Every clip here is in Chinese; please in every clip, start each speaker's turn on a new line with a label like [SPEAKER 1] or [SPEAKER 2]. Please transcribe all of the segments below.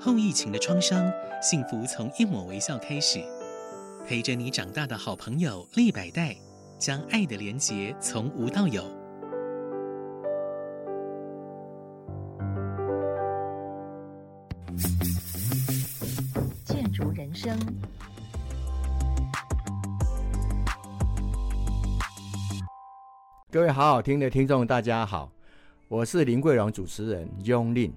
[SPEAKER 1] 后疫情的创伤，幸福从一抹微笑开始。陪着你长大的好朋友立百代，将爱的连结从无到有。
[SPEAKER 2] 建筑人生，
[SPEAKER 3] 各位好好听的听众，大家好，我是林桂荣主持人 Yong Lin。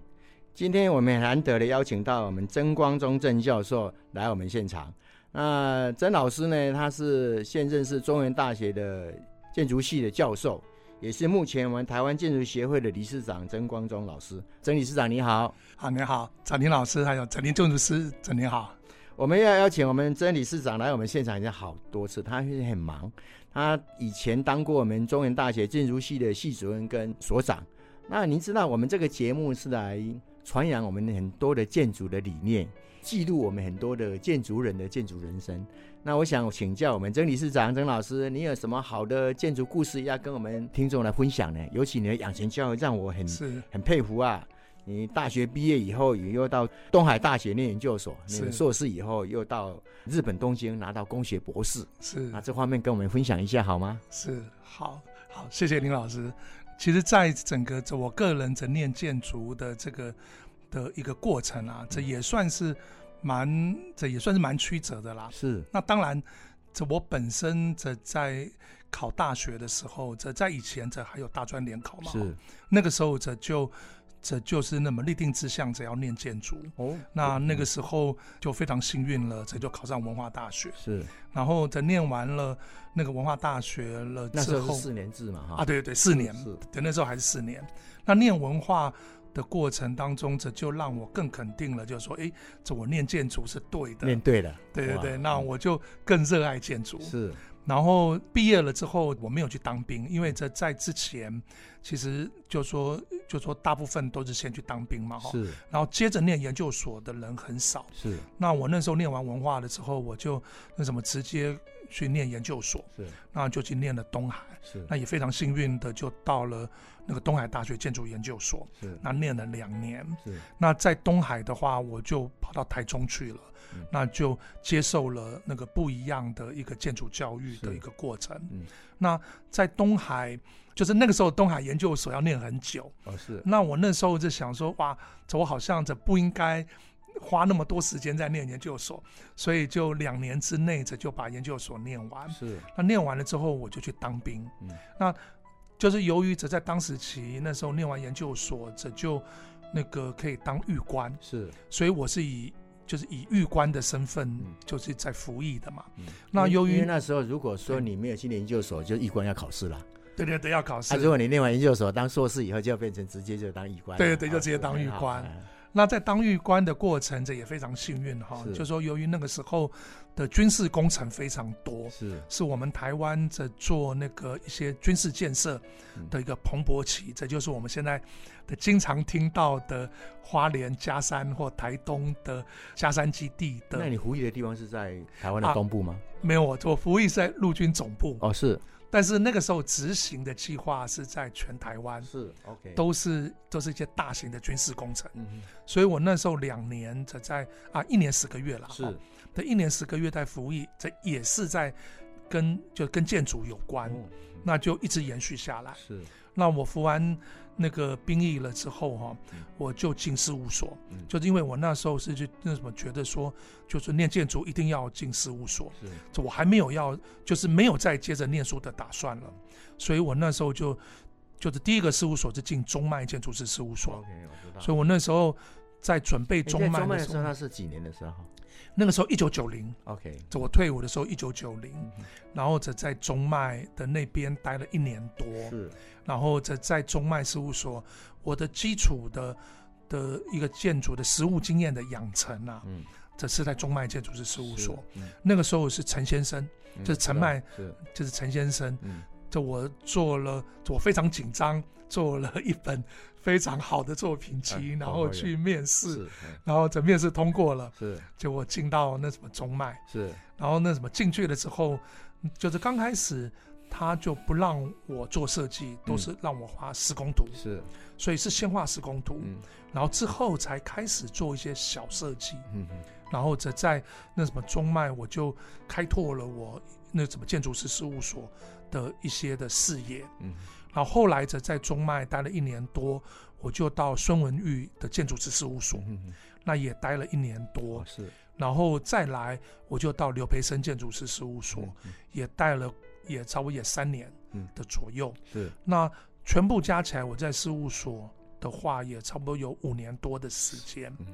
[SPEAKER 3] 今天我们很难得的邀请到我们曾光宗郑教授来我们现场。那曾老师呢，他是现任是中原大学的建筑系的教授，也是目前我们台湾建筑协会的理事长曾光宗老师。曾理事长你好，
[SPEAKER 4] 啊，你好，展林老师，还有展林建筑师，展林好。
[SPEAKER 3] 我们要邀请我们曾理事长来我们现场已经好多次，他现在很忙。他以前当过我们中原大学建筑系的系主任跟所长。那您知道我们这个节目是来传扬我们很多的建筑的理念，记录我们很多的建筑人的建筑人生。那我想请教我们曾理事长、曾老师，你有什么好的建筑故事要跟我们听众来分享呢？尤其你的养成教育让我很
[SPEAKER 4] 是
[SPEAKER 3] 很佩服啊！你大学毕业以后，也又到东海大学念研究所，
[SPEAKER 4] 是
[SPEAKER 3] 念硕士以后又到日本东京拿到工学博士，
[SPEAKER 4] 是
[SPEAKER 3] 那这方面跟我们分享一下好吗？
[SPEAKER 4] 是，好好，谢谢林老师。其实，在整个这我个人整念建筑的这个的一个过程啊，这也算是蛮，这也算是蛮曲折的啦。
[SPEAKER 3] 是
[SPEAKER 4] 那当然，这我本身这在考大学的时候，这在以前这还有大专联考嘛，
[SPEAKER 3] 是
[SPEAKER 4] 那个时候这就这就是那么立定志向，只要念建筑。
[SPEAKER 3] 哦，
[SPEAKER 4] 那那个时候就非常幸运了，这就考上文化大学，
[SPEAKER 3] 是
[SPEAKER 4] 然后在念完了那个文化大学了
[SPEAKER 3] 那
[SPEAKER 4] 之
[SPEAKER 3] 时候
[SPEAKER 4] 后
[SPEAKER 3] 是四年制嘛哈
[SPEAKER 4] 啊，对对对，四年，
[SPEAKER 3] 是
[SPEAKER 4] 对，那时候还是四年。那念文化的过程当中，这就让我更肯定了，就是说，哎，这我念建筑是对的，
[SPEAKER 3] 面对了，
[SPEAKER 4] 对对对，
[SPEAKER 3] 哇嗯
[SPEAKER 4] 那我就更热爱建筑。
[SPEAKER 3] 是
[SPEAKER 4] 然后毕业了之后，我没有去当兵，因为这在之前，其实就说就说大部分都是先去当兵嘛，哈。
[SPEAKER 3] 是
[SPEAKER 4] 然后接着念研究所的人很少。
[SPEAKER 3] 是
[SPEAKER 4] 那我那时候念完文化的时候，我就那什么直接去念研究所，
[SPEAKER 3] 是
[SPEAKER 4] 那就去念了东海，
[SPEAKER 3] 是
[SPEAKER 4] 那也非常幸运的就到了那个东海大学建筑研究所，
[SPEAKER 3] 是
[SPEAKER 4] 那念了两年。
[SPEAKER 3] 是
[SPEAKER 4] 那在东海的话，我就跑到台中去了
[SPEAKER 3] 嗯，
[SPEAKER 4] 那就接受了那个不一样的一个建筑教育的
[SPEAKER 3] 是
[SPEAKER 4] 一个过程
[SPEAKER 3] 嗯。
[SPEAKER 4] 那在东海，就是那个时候东海研究所要念很久，
[SPEAKER 3] 哦是
[SPEAKER 4] 那我那时候就想说，哇，这我好像这不应该花那么多时间在念研究所，所以就两年之内这就把研究所念完。
[SPEAKER 3] 是
[SPEAKER 4] 那念完了之后，我就去当兵。
[SPEAKER 3] 嗯
[SPEAKER 4] 那就是由于这在当时期那时候念完研究所，这就那个可以当狱官，
[SPEAKER 3] 是
[SPEAKER 4] 所以我是以就是以狱官的身份
[SPEAKER 3] 嗯，
[SPEAKER 4] 就是在服役的嘛。
[SPEAKER 3] 嗯
[SPEAKER 4] 那由
[SPEAKER 3] 因为
[SPEAKER 4] 于
[SPEAKER 3] 那时候如果说你没有进研究所，就一官要考试了。
[SPEAKER 4] 对对对，要考试
[SPEAKER 3] 啊，。如果你念完研究所当硕士以后，就要变成直接就当医官了。
[SPEAKER 4] 对对就
[SPEAKER 3] 啊
[SPEAKER 4] 直接当医官。
[SPEAKER 3] 是很好
[SPEAKER 4] 那在当狱官的过程，这也非常幸运哈、
[SPEAKER 3] 是
[SPEAKER 4] 就说由于那个时候的军事工程非常多
[SPEAKER 3] 哎，是
[SPEAKER 4] 是我们台湾这做那个一些军事建设
[SPEAKER 3] 嗯
[SPEAKER 4] 的一个蓬勃期，这就是我们现在的经常听到的花莲嘉山或台东的嘉山基地
[SPEAKER 3] 那
[SPEAKER 4] 的。
[SPEAKER 3] 你服役的地方是在台湾的
[SPEAKER 4] 啊
[SPEAKER 3] 东部吗？
[SPEAKER 4] 没有，我我服役是在陆军总部，
[SPEAKER 3] 哦，是
[SPEAKER 4] 但是那个时候执行的计划是在全台湾，
[SPEAKER 3] 是 OK，
[SPEAKER 4] 哦都是都是一些大型的军事工程，
[SPEAKER 3] 嗯
[SPEAKER 4] 所以我那时候两年这在啊一年十个月了，
[SPEAKER 3] 是
[SPEAKER 4] 哦的一年十个月在服役，这也是在跟就跟建筑有关，
[SPEAKER 3] 哦
[SPEAKER 4] 那就一直延续下来。
[SPEAKER 3] 是
[SPEAKER 4] 那我服完那个兵役了之后哈、
[SPEAKER 3] 嗯
[SPEAKER 4] 我就进事务所，
[SPEAKER 3] 嗯
[SPEAKER 4] 就是因为我那时候是就那什么觉得说，就是念建筑一定要进事务所，
[SPEAKER 3] 是
[SPEAKER 4] 这我还没有要就是没有再接着念书的打算了，所以我那时候就就是第一个事务所是进中脉建筑师事务所，
[SPEAKER 3] OK，我知道。
[SPEAKER 4] 所以我那时候在准备
[SPEAKER 3] 哦你在
[SPEAKER 4] 中脉
[SPEAKER 3] 中
[SPEAKER 4] 的
[SPEAKER 3] 麦的
[SPEAKER 4] 时
[SPEAKER 3] 时候，
[SPEAKER 4] 候，
[SPEAKER 3] 那是几年的时候
[SPEAKER 4] 那个时候一九九零。
[SPEAKER 3] ？OK，
[SPEAKER 4] 这我退伍的时候一九九零，
[SPEAKER 3] 嗯
[SPEAKER 4] 然后这在中脉的那边待了一年多，
[SPEAKER 3] 是
[SPEAKER 4] 然后这在中脉事务所，我的基础的的一个建筑的实务经验的养成啊，
[SPEAKER 3] 嗯
[SPEAKER 4] 这是在中脉建筑师事务所。
[SPEAKER 3] 是嗯
[SPEAKER 4] 那个时候是陈先生，
[SPEAKER 3] 嗯
[SPEAKER 4] 就是陈麦
[SPEAKER 3] 是
[SPEAKER 4] 就是陈先生，
[SPEAKER 3] 嗯
[SPEAKER 4] 这我做了，我非常紧张，做了一本非常好的作品集，
[SPEAKER 3] 嗯
[SPEAKER 4] 然后
[SPEAKER 3] 哦
[SPEAKER 4] 去面试，
[SPEAKER 3] 是嗯
[SPEAKER 4] 然后这面试通过了，
[SPEAKER 3] 是
[SPEAKER 4] 结果进到那什么中脉。
[SPEAKER 3] 是
[SPEAKER 4] 然后那什么进去了之后，嗯就是刚开始他就不让我做设计，都
[SPEAKER 3] 嗯
[SPEAKER 4] 是让我画施工图，
[SPEAKER 3] 是，
[SPEAKER 4] 所以是先画施工图，
[SPEAKER 3] 嗯
[SPEAKER 4] 然后之后才开始做一些小设计，
[SPEAKER 3] 嗯嗯
[SPEAKER 4] 然后这在那什么中脉，我就开拓了我那什么建筑师事务所的一些的视野，
[SPEAKER 3] 嗯
[SPEAKER 4] 然后后来则在中脉待了一年多，我就到孙文玉的建筑师事务所，
[SPEAKER 3] 嗯，
[SPEAKER 4] 那也待了一年多
[SPEAKER 3] 我，是，
[SPEAKER 4] 然后再来我就到刘培生建筑师事务所，
[SPEAKER 3] 嗯
[SPEAKER 4] 也待了也差不多也三年
[SPEAKER 3] 嗯
[SPEAKER 4] 的左右。
[SPEAKER 3] 是，
[SPEAKER 4] 那全部加起来，我在事务所的话也差不多有五年多的时间。
[SPEAKER 3] 嗯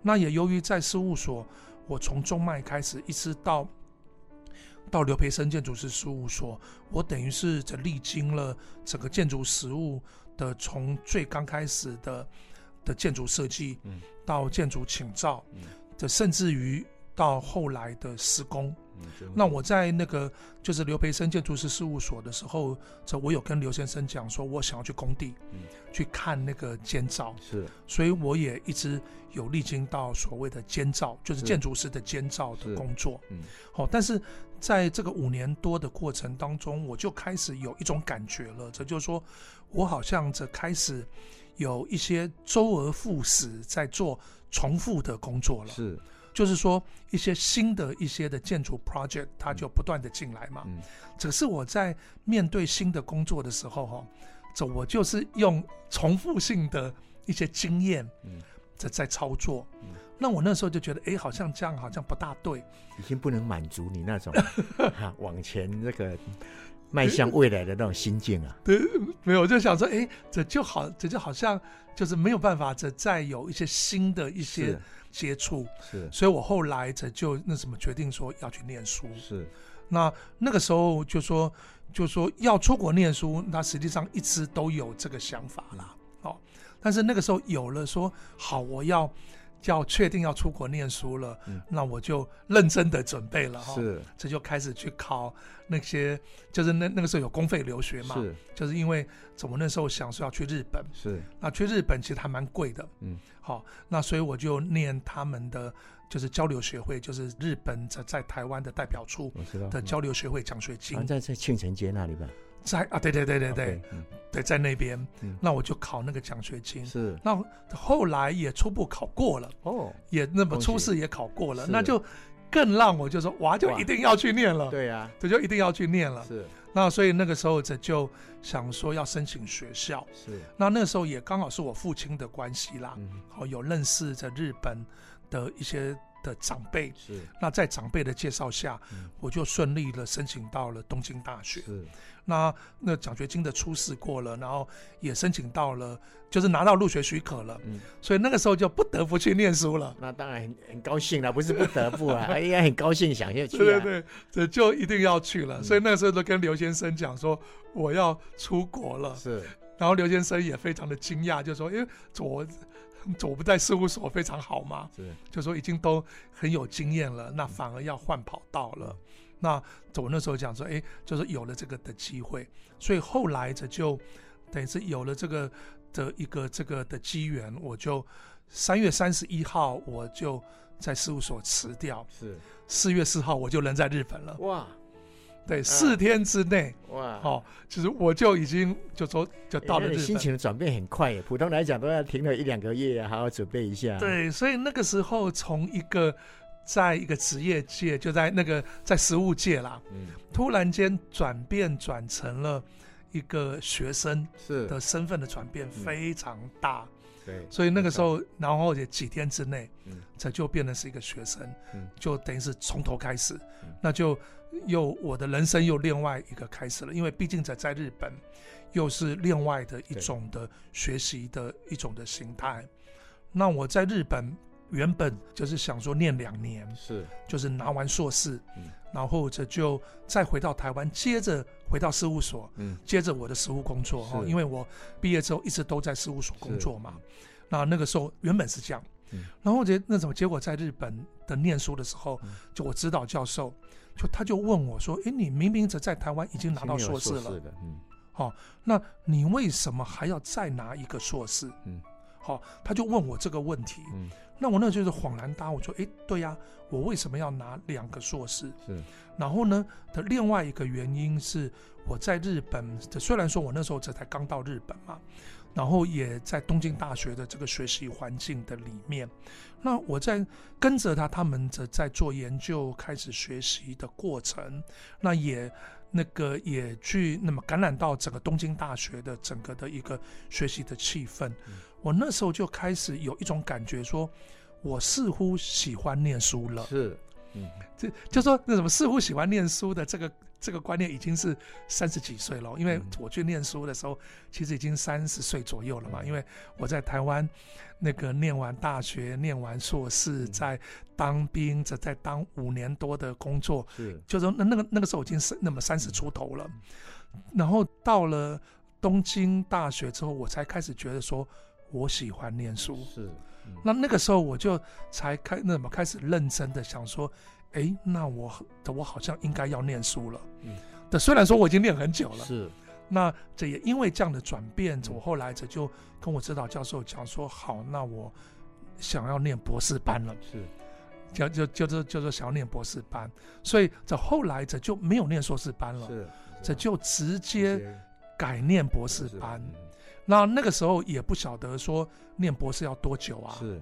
[SPEAKER 4] 那也由于在事务所，我从中脉开始，一直到到刘培生建筑师事务所，我等于是这历经了整个建筑实务的从最刚开始的的建筑设计，
[SPEAKER 3] 嗯
[SPEAKER 4] 到建筑请照，
[SPEAKER 3] 嗯
[SPEAKER 4] 这甚至于到后来的施工，
[SPEAKER 3] 嗯真
[SPEAKER 4] 那我在那个就是刘培生建筑师事务所的时候，这我有跟刘先生讲说，我想要去工地，
[SPEAKER 3] 嗯
[SPEAKER 4] 去看那个监造，
[SPEAKER 3] 是
[SPEAKER 4] 所以我也一直有历经到所谓的监造，就是
[SPEAKER 3] 是
[SPEAKER 4] 建筑师的监造
[SPEAKER 3] 是
[SPEAKER 4] 的工作。
[SPEAKER 3] 嗯
[SPEAKER 4] 好、但是在这个五年多的过程当中，我就开始有一种感觉了，这就是说我好像这开始有一些周而复始在做重复的工作了。
[SPEAKER 3] 是，
[SPEAKER 4] 就是说一些新的一些的建筑 project，它就不断的进来嘛。
[SPEAKER 3] 嗯
[SPEAKER 4] 只是我在面对新的工作的时候、哦，哈，这我就是用重复性的一些经验，
[SPEAKER 3] 嗯
[SPEAKER 4] 这在操作。
[SPEAKER 3] 嗯
[SPEAKER 4] 那我那时候就觉得，哎，好像这样好像不大对。
[SPEAKER 3] 已经不能满足你 那种哈往前这个迈向未来的那种心境啊，
[SPEAKER 4] 没有，我就想说，哎，这就好，这就好像就是没有办法，这再有一些新的一些
[SPEAKER 3] 是
[SPEAKER 4] 接触。
[SPEAKER 3] 是
[SPEAKER 4] 所以我后来这就那什么决定说要去念书。
[SPEAKER 3] 是，
[SPEAKER 4] 那那个时候就说就说要出国念书，那实际上一直都有这个想法啦。哦，但是那个时候有了说好，我要要确定要出国念书了，
[SPEAKER 3] 嗯
[SPEAKER 4] 那我就认真的准备了哈、哦。
[SPEAKER 3] 是
[SPEAKER 4] 这就开始去考那些，就是那那个时候有公费留学嘛，
[SPEAKER 3] 是
[SPEAKER 4] 就是因为怎么那时候想说要去日本，
[SPEAKER 3] 是，
[SPEAKER 4] 那去日本其实还蛮贵的，
[SPEAKER 3] 嗯，
[SPEAKER 4] 好、那所以我就念他们的就是交流协会，就是日本在在台湾的代表处，
[SPEAKER 3] 我知道
[SPEAKER 4] 的交流学会奖学金
[SPEAKER 3] 嗯好，像在庆城街那里吧？
[SPEAKER 4] 在啊，对对对对
[SPEAKER 3] OK，
[SPEAKER 4] 对
[SPEAKER 3] 嗯，
[SPEAKER 4] 对，在那边
[SPEAKER 3] 嗯，
[SPEAKER 4] 那我就考那个奖学金。
[SPEAKER 3] 是
[SPEAKER 4] 那后来也初步考过了，
[SPEAKER 3] 哦，
[SPEAKER 4] 也那么
[SPEAKER 3] 恭喜
[SPEAKER 4] 初试也考过了，
[SPEAKER 3] 是
[SPEAKER 4] 那就更让我就说哇，就
[SPEAKER 3] 哇
[SPEAKER 4] 一定要去念了，
[SPEAKER 3] 对呀，
[SPEAKER 4] 对，就一定要去念了。
[SPEAKER 3] 是
[SPEAKER 4] 那所以那个时候这就想说要申请学校，
[SPEAKER 3] 是，
[SPEAKER 4] 那那时候也刚好是我父亲的关系啦，
[SPEAKER 3] 嗯
[SPEAKER 4] 好有认识在日本的一些的长辈，
[SPEAKER 3] 是
[SPEAKER 4] 那在长辈的介绍下
[SPEAKER 3] 嗯，
[SPEAKER 4] 我就顺利的申请到了东京大学。
[SPEAKER 3] 是
[SPEAKER 4] 那那奖学金的初试过了，然后也申请到了，就是拿到入学许可了，
[SPEAKER 3] 嗯。
[SPEAKER 4] 所以那个时候就不得不去念书了。
[SPEAKER 3] 那当然很很高兴了，不是不得不 啊，应该很高兴想要去、啊。
[SPEAKER 4] 对对对，这就一定要去了。
[SPEAKER 3] 嗯
[SPEAKER 4] 所以那个时候就跟刘先生讲说我要出国了，
[SPEAKER 3] 是
[SPEAKER 4] 然后刘先生也非常的惊讶，就说：“因为我我不在事务所非常好吗？
[SPEAKER 3] 是
[SPEAKER 4] 就说已经都很有经验了，
[SPEAKER 3] 嗯
[SPEAKER 4] 那反而要换跑道了。那我那时候讲说，哎，就是有了这个的机会，所以后来这就等于是有了这个的一个这个的机缘，我就三月三十一号我就在事务所辞掉，
[SPEAKER 3] 是，
[SPEAKER 4] 四月四号我就人在日本了。
[SPEAKER 3] 哇嗯
[SPEAKER 4] 对，四天之内，
[SPEAKER 3] 哇，
[SPEAKER 4] 哦，其实我就已经就说就
[SPEAKER 3] 啊哎
[SPEAKER 4] 到了
[SPEAKER 3] 那你
[SPEAKER 4] 日
[SPEAKER 3] 心
[SPEAKER 4] 本。
[SPEAKER 3] 情的转变很快耶，普通来讲都要停留一两个月啊，好好准备一下。，
[SPEAKER 4] 对，所以那个时候从一个在一个职业界，就在那个在实务界啦，
[SPEAKER 3] 嗯，
[SPEAKER 4] 突然间转变转成了一个学生
[SPEAKER 3] 是
[SPEAKER 4] 的，身份的转
[SPEAKER 3] 嗯
[SPEAKER 4] 变非常大，
[SPEAKER 3] 对，
[SPEAKER 4] 所以那个时候，然后也几天之内
[SPEAKER 3] 嗯，
[SPEAKER 4] 这就变成是一个学生
[SPEAKER 3] 嗯，
[SPEAKER 4] 就等于是从头开始
[SPEAKER 3] 嗯，
[SPEAKER 4] 那就又我的人生又另外一个开始了，因为毕竟在在日本，又是另外的一
[SPEAKER 3] 对
[SPEAKER 4] 种的学习的一种的形态。那我在日本原本就是想说念两年，
[SPEAKER 3] 是
[SPEAKER 4] 就是拿完硕士，
[SPEAKER 3] 嗯
[SPEAKER 4] 然后这就再回到台湾，接着回到事务所，
[SPEAKER 3] 嗯
[SPEAKER 4] 接着我的实务工作
[SPEAKER 3] 是
[SPEAKER 4] 哦，因为我毕业之后一直都在事务所工作嘛。那那个时候原本是这样，
[SPEAKER 3] 嗯
[SPEAKER 4] 然后结那怎么结果在日本的念书的时候
[SPEAKER 3] 嗯，
[SPEAKER 4] 就我指导教授就他就问我说：“诶，你明明只在台湾已经拿到硕士了，
[SPEAKER 3] 的，嗯
[SPEAKER 4] 那你为什么还要再拿一个硕士？”
[SPEAKER 3] 嗯
[SPEAKER 4] 好、他就问我这个问题，
[SPEAKER 3] 嗯
[SPEAKER 4] 那我那时候就是恍然大悟，说：“诶，对呀、我为什么要拿两个硕士？
[SPEAKER 3] 是
[SPEAKER 4] 然后呢的另外一个原因是我在日本，虽然说我那时候这才刚到日本嘛，然后也在东京大学的这个学习环境的里面，那我在跟着他他们的在做研究、开始学习的过程，那也。那个也去那么感染到整个东京大学的整个的一个学习的气氛，我那时候就开始有一种感觉说我似乎喜欢念书了。
[SPEAKER 3] 是，嗯，
[SPEAKER 4] 就就说那什么似乎喜欢念书的这个这个观念已经是三十几岁了哦，因为
[SPEAKER 3] 嗯
[SPEAKER 4] 我去念书的时候，其实已经三十岁左右了嘛，
[SPEAKER 3] 嗯
[SPEAKER 4] 因为我在台湾那个念完大学、念完硕士，
[SPEAKER 3] 嗯
[SPEAKER 4] 在当兵，这在当五年多的工作，
[SPEAKER 3] 是
[SPEAKER 4] 就说那那个那个时候已经是那么三十出头了，
[SPEAKER 3] 嗯
[SPEAKER 4] 然后到了东京大学之后，我才开始觉得说我喜欢念书，
[SPEAKER 3] 是，嗯
[SPEAKER 4] 那那个时候我就才开那么开始认真的想说，诶，那我我好像应该要念书了。
[SPEAKER 3] 嗯
[SPEAKER 4] 嗯，对，虽然说我已经念很久了，
[SPEAKER 3] 是
[SPEAKER 4] 那这也因为这样的转变，我后来这就跟我指导教授讲说，好，那我想要念博士班了，
[SPEAKER 3] 是
[SPEAKER 4] 就就就就就说想要念博士班，所以这后来这就没有念硕士班了，
[SPEAKER 3] 是，啊
[SPEAKER 4] 这就直接
[SPEAKER 3] 接
[SPEAKER 4] 改念博士
[SPEAKER 3] 啊
[SPEAKER 4] 班。
[SPEAKER 3] 嗯
[SPEAKER 4] 那那个时候也不晓得说念博士要多久啊，
[SPEAKER 3] 是，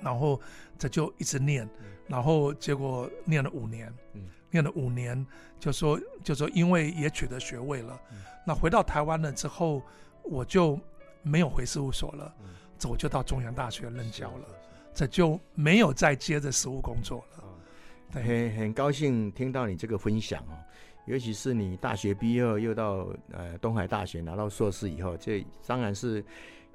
[SPEAKER 4] 然后这就一直念
[SPEAKER 3] 嗯，
[SPEAKER 4] 然后结果念了五年，
[SPEAKER 3] 嗯
[SPEAKER 4] 念了五年，就说就说因为也取得学位了，
[SPEAKER 3] 嗯
[SPEAKER 4] 那回到台湾了之后，我就没有回事务所了，
[SPEAKER 3] 嗯
[SPEAKER 4] 这我就到中原大学任
[SPEAKER 3] 是啊
[SPEAKER 4] 教了，，
[SPEAKER 3] 是
[SPEAKER 4] 这就没有再接着实务工作了。
[SPEAKER 3] 啊
[SPEAKER 4] 对，
[SPEAKER 3] 很很高兴听到你这个分享哦，尤其是你大学毕业后又到呃东海大学拿到硕士以后，这当然是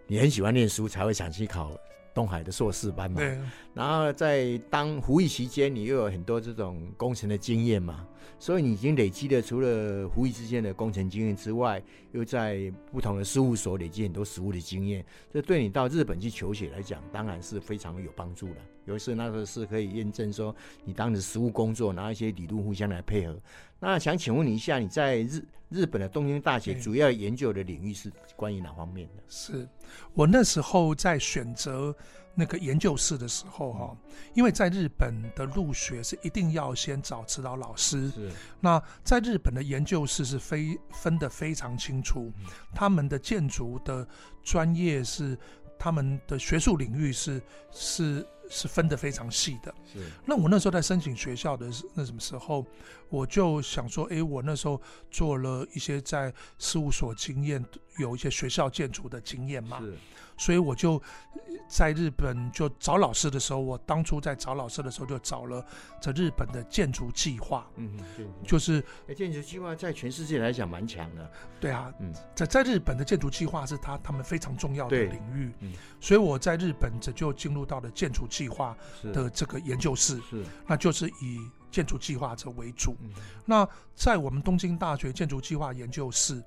[SPEAKER 3] 你很喜欢念书才会想去考东海的硕士班嘛。
[SPEAKER 4] 对，
[SPEAKER 3] 然后在当服役期间，你又有很多这种工程的经验嘛，所以你已经累积了除了服役之间的工程经验之外，又在不同的事务所累积很多实务的经验，这对你到日本去求学来讲，当然是非常有帮助的。尤其是那时候是可以验证说你当时实务工作，然后一些理论互相来配合。那想请问你一下，你在日日本的东京大学
[SPEAKER 4] 嗯
[SPEAKER 3] 主要研究的领域是关于哪方面的？
[SPEAKER 4] 是我那时候在选择那个研究室的时候哈、
[SPEAKER 3] 嗯
[SPEAKER 4] 因为在日本的入学是一定要先找指导老师，
[SPEAKER 3] 是
[SPEAKER 4] 那在日本的研究室是非分得非常清楚
[SPEAKER 3] 嗯，
[SPEAKER 4] 他们的建筑的专业是他们的学术领域是是是分得非常细的。
[SPEAKER 3] 是
[SPEAKER 4] 那我那时候在申请学校的时那什么时候，我就想说，诶，我那时候做了一些在事务所经验，有一些学校建筑的经验嘛，
[SPEAKER 3] 嗯是
[SPEAKER 4] 所以我就呃在日本就找老师的时候，我当初在找老师的时候就找了这日本的建筑计划，
[SPEAKER 3] 嗯，就
[SPEAKER 4] 就是
[SPEAKER 3] 哎建筑计划在全世界来讲蛮强的。
[SPEAKER 4] 对啊，
[SPEAKER 3] 嗯
[SPEAKER 4] 在在日本的建筑计划是他他们非常重要的
[SPEAKER 3] 对
[SPEAKER 4] 领域，
[SPEAKER 3] 嗯
[SPEAKER 4] 所以我在日本这就进入到了建筑计划
[SPEAKER 3] 是
[SPEAKER 4] 的这个研究室，
[SPEAKER 3] 是，
[SPEAKER 4] 那就是以建筑计划这为主。
[SPEAKER 3] 嗯
[SPEAKER 4] 那在我们东京大学建筑计划研究室，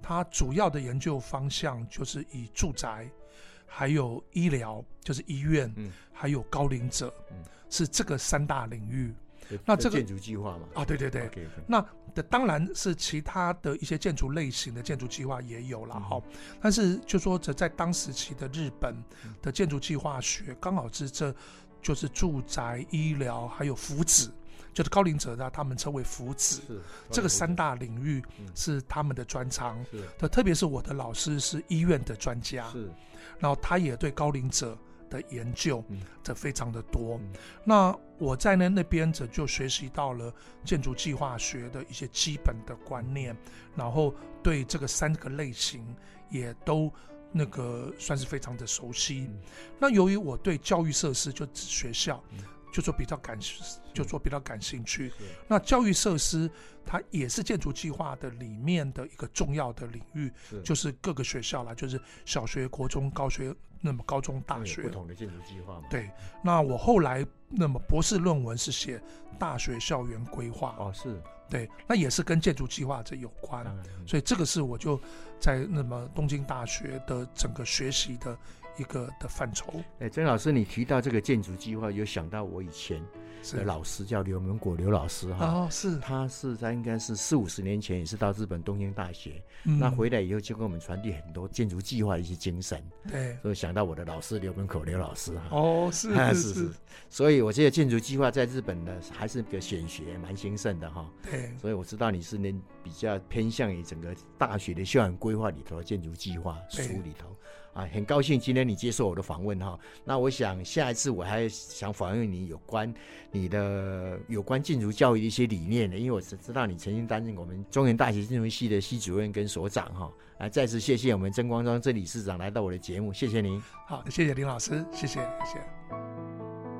[SPEAKER 4] 它主要的研究方向就是以住宅，还有医疗，就是医院，
[SPEAKER 3] 嗯
[SPEAKER 4] 还有高龄者，
[SPEAKER 3] 嗯
[SPEAKER 4] 是这个三大领域那
[SPEAKER 3] 那
[SPEAKER 4] 这
[SPEAKER 3] 这
[SPEAKER 4] 个
[SPEAKER 3] 个建筑计划嘛，
[SPEAKER 4] 啊。对对对，
[SPEAKER 3] OK，OK，
[SPEAKER 4] 那的当然是其他的一些建筑类型的建筑计划也有了
[SPEAKER 3] 嗯
[SPEAKER 4] 哈、但是就说这在当时期的日本
[SPEAKER 3] 嗯
[SPEAKER 4] 的建筑计划学，刚好是这就是住宅、医疗还有福祉，就是高龄者呢，他们称为福祉，
[SPEAKER 3] 是
[SPEAKER 4] 这个三大领域
[SPEAKER 3] 嗯
[SPEAKER 4] 是他们的专长。
[SPEAKER 3] 是
[SPEAKER 4] 的，特别是我的老师是医院的专家，
[SPEAKER 3] 是
[SPEAKER 4] 然后他也对高龄者的研究
[SPEAKER 3] 嗯
[SPEAKER 4] 这非常的多。
[SPEAKER 3] 嗯
[SPEAKER 4] 那我在那那边这就学习到了建筑计划学的一些基本的观念，然后对这个三个类型也都那个算是非常的熟悉。
[SPEAKER 3] 嗯
[SPEAKER 4] 那由于我对教育设施就指学校。
[SPEAKER 3] 嗯
[SPEAKER 4] 就说比较感，就说比较感兴趣。
[SPEAKER 3] 是
[SPEAKER 4] 那教育设施它也是建筑计划的里面的一个重要的领域，
[SPEAKER 3] 是
[SPEAKER 4] 就是各个学校啦，就是小学、国中、高学，那么高中、
[SPEAKER 3] 因为
[SPEAKER 4] 大
[SPEAKER 3] 有嗯
[SPEAKER 4] 学
[SPEAKER 3] 不。同的建筑计划嘛，
[SPEAKER 4] 对，那我后来那么博士论文是写大学校园规划，
[SPEAKER 3] 哦嗯是，
[SPEAKER 4] 对，那也是跟建筑计划这有关
[SPEAKER 3] 当，然
[SPEAKER 4] 所以这个是我就在那么东京大学的整个学习的一个的范畴。
[SPEAKER 3] 哎，曾老师，你提到这个建筑计划，有想到我以前的
[SPEAKER 4] 是
[SPEAKER 3] 老师叫刘明国刘老师哈，
[SPEAKER 4] 哦，是
[SPEAKER 3] 他是他应该是四五十年前也是到日本东京大学，
[SPEAKER 4] 嗯
[SPEAKER 3] 那回来以后就跟我们传递很多建筑计划的一些精神，
[SPEAKER 4] 对
[SPEAKER 3] 所以想到我的老师刘门口刘老师哈。
[SPEAKER 4] 哦，是
[SPEAKER 3] 是
[SPEAKER 4] 是
[SPEAKER 3] 是，所以我这个建筑计划在日本呢还是个显学蛮兴盛的哈，
[SPEAKER 4] 对
[SPEAKER 3] 所以我知道你是能比较偏向于整个大学的校园规划里头的建筑计划书
[SPEAKER 4] 对
[SPEAKER 3] 里头啊，很高兴今天你接受我的访问哈。那我想下一次我还想访问你有关你的有关建筑教育的一些理念的，因为我是知道你曾经担任我们中原大学建筑系的系主任跟所长哈。来，再次谢谢我们曾光庄郑理事长来到我的节目，谢谢您。
[SPEAKER 4] 好，谢谢林老师，谢谢谢谢。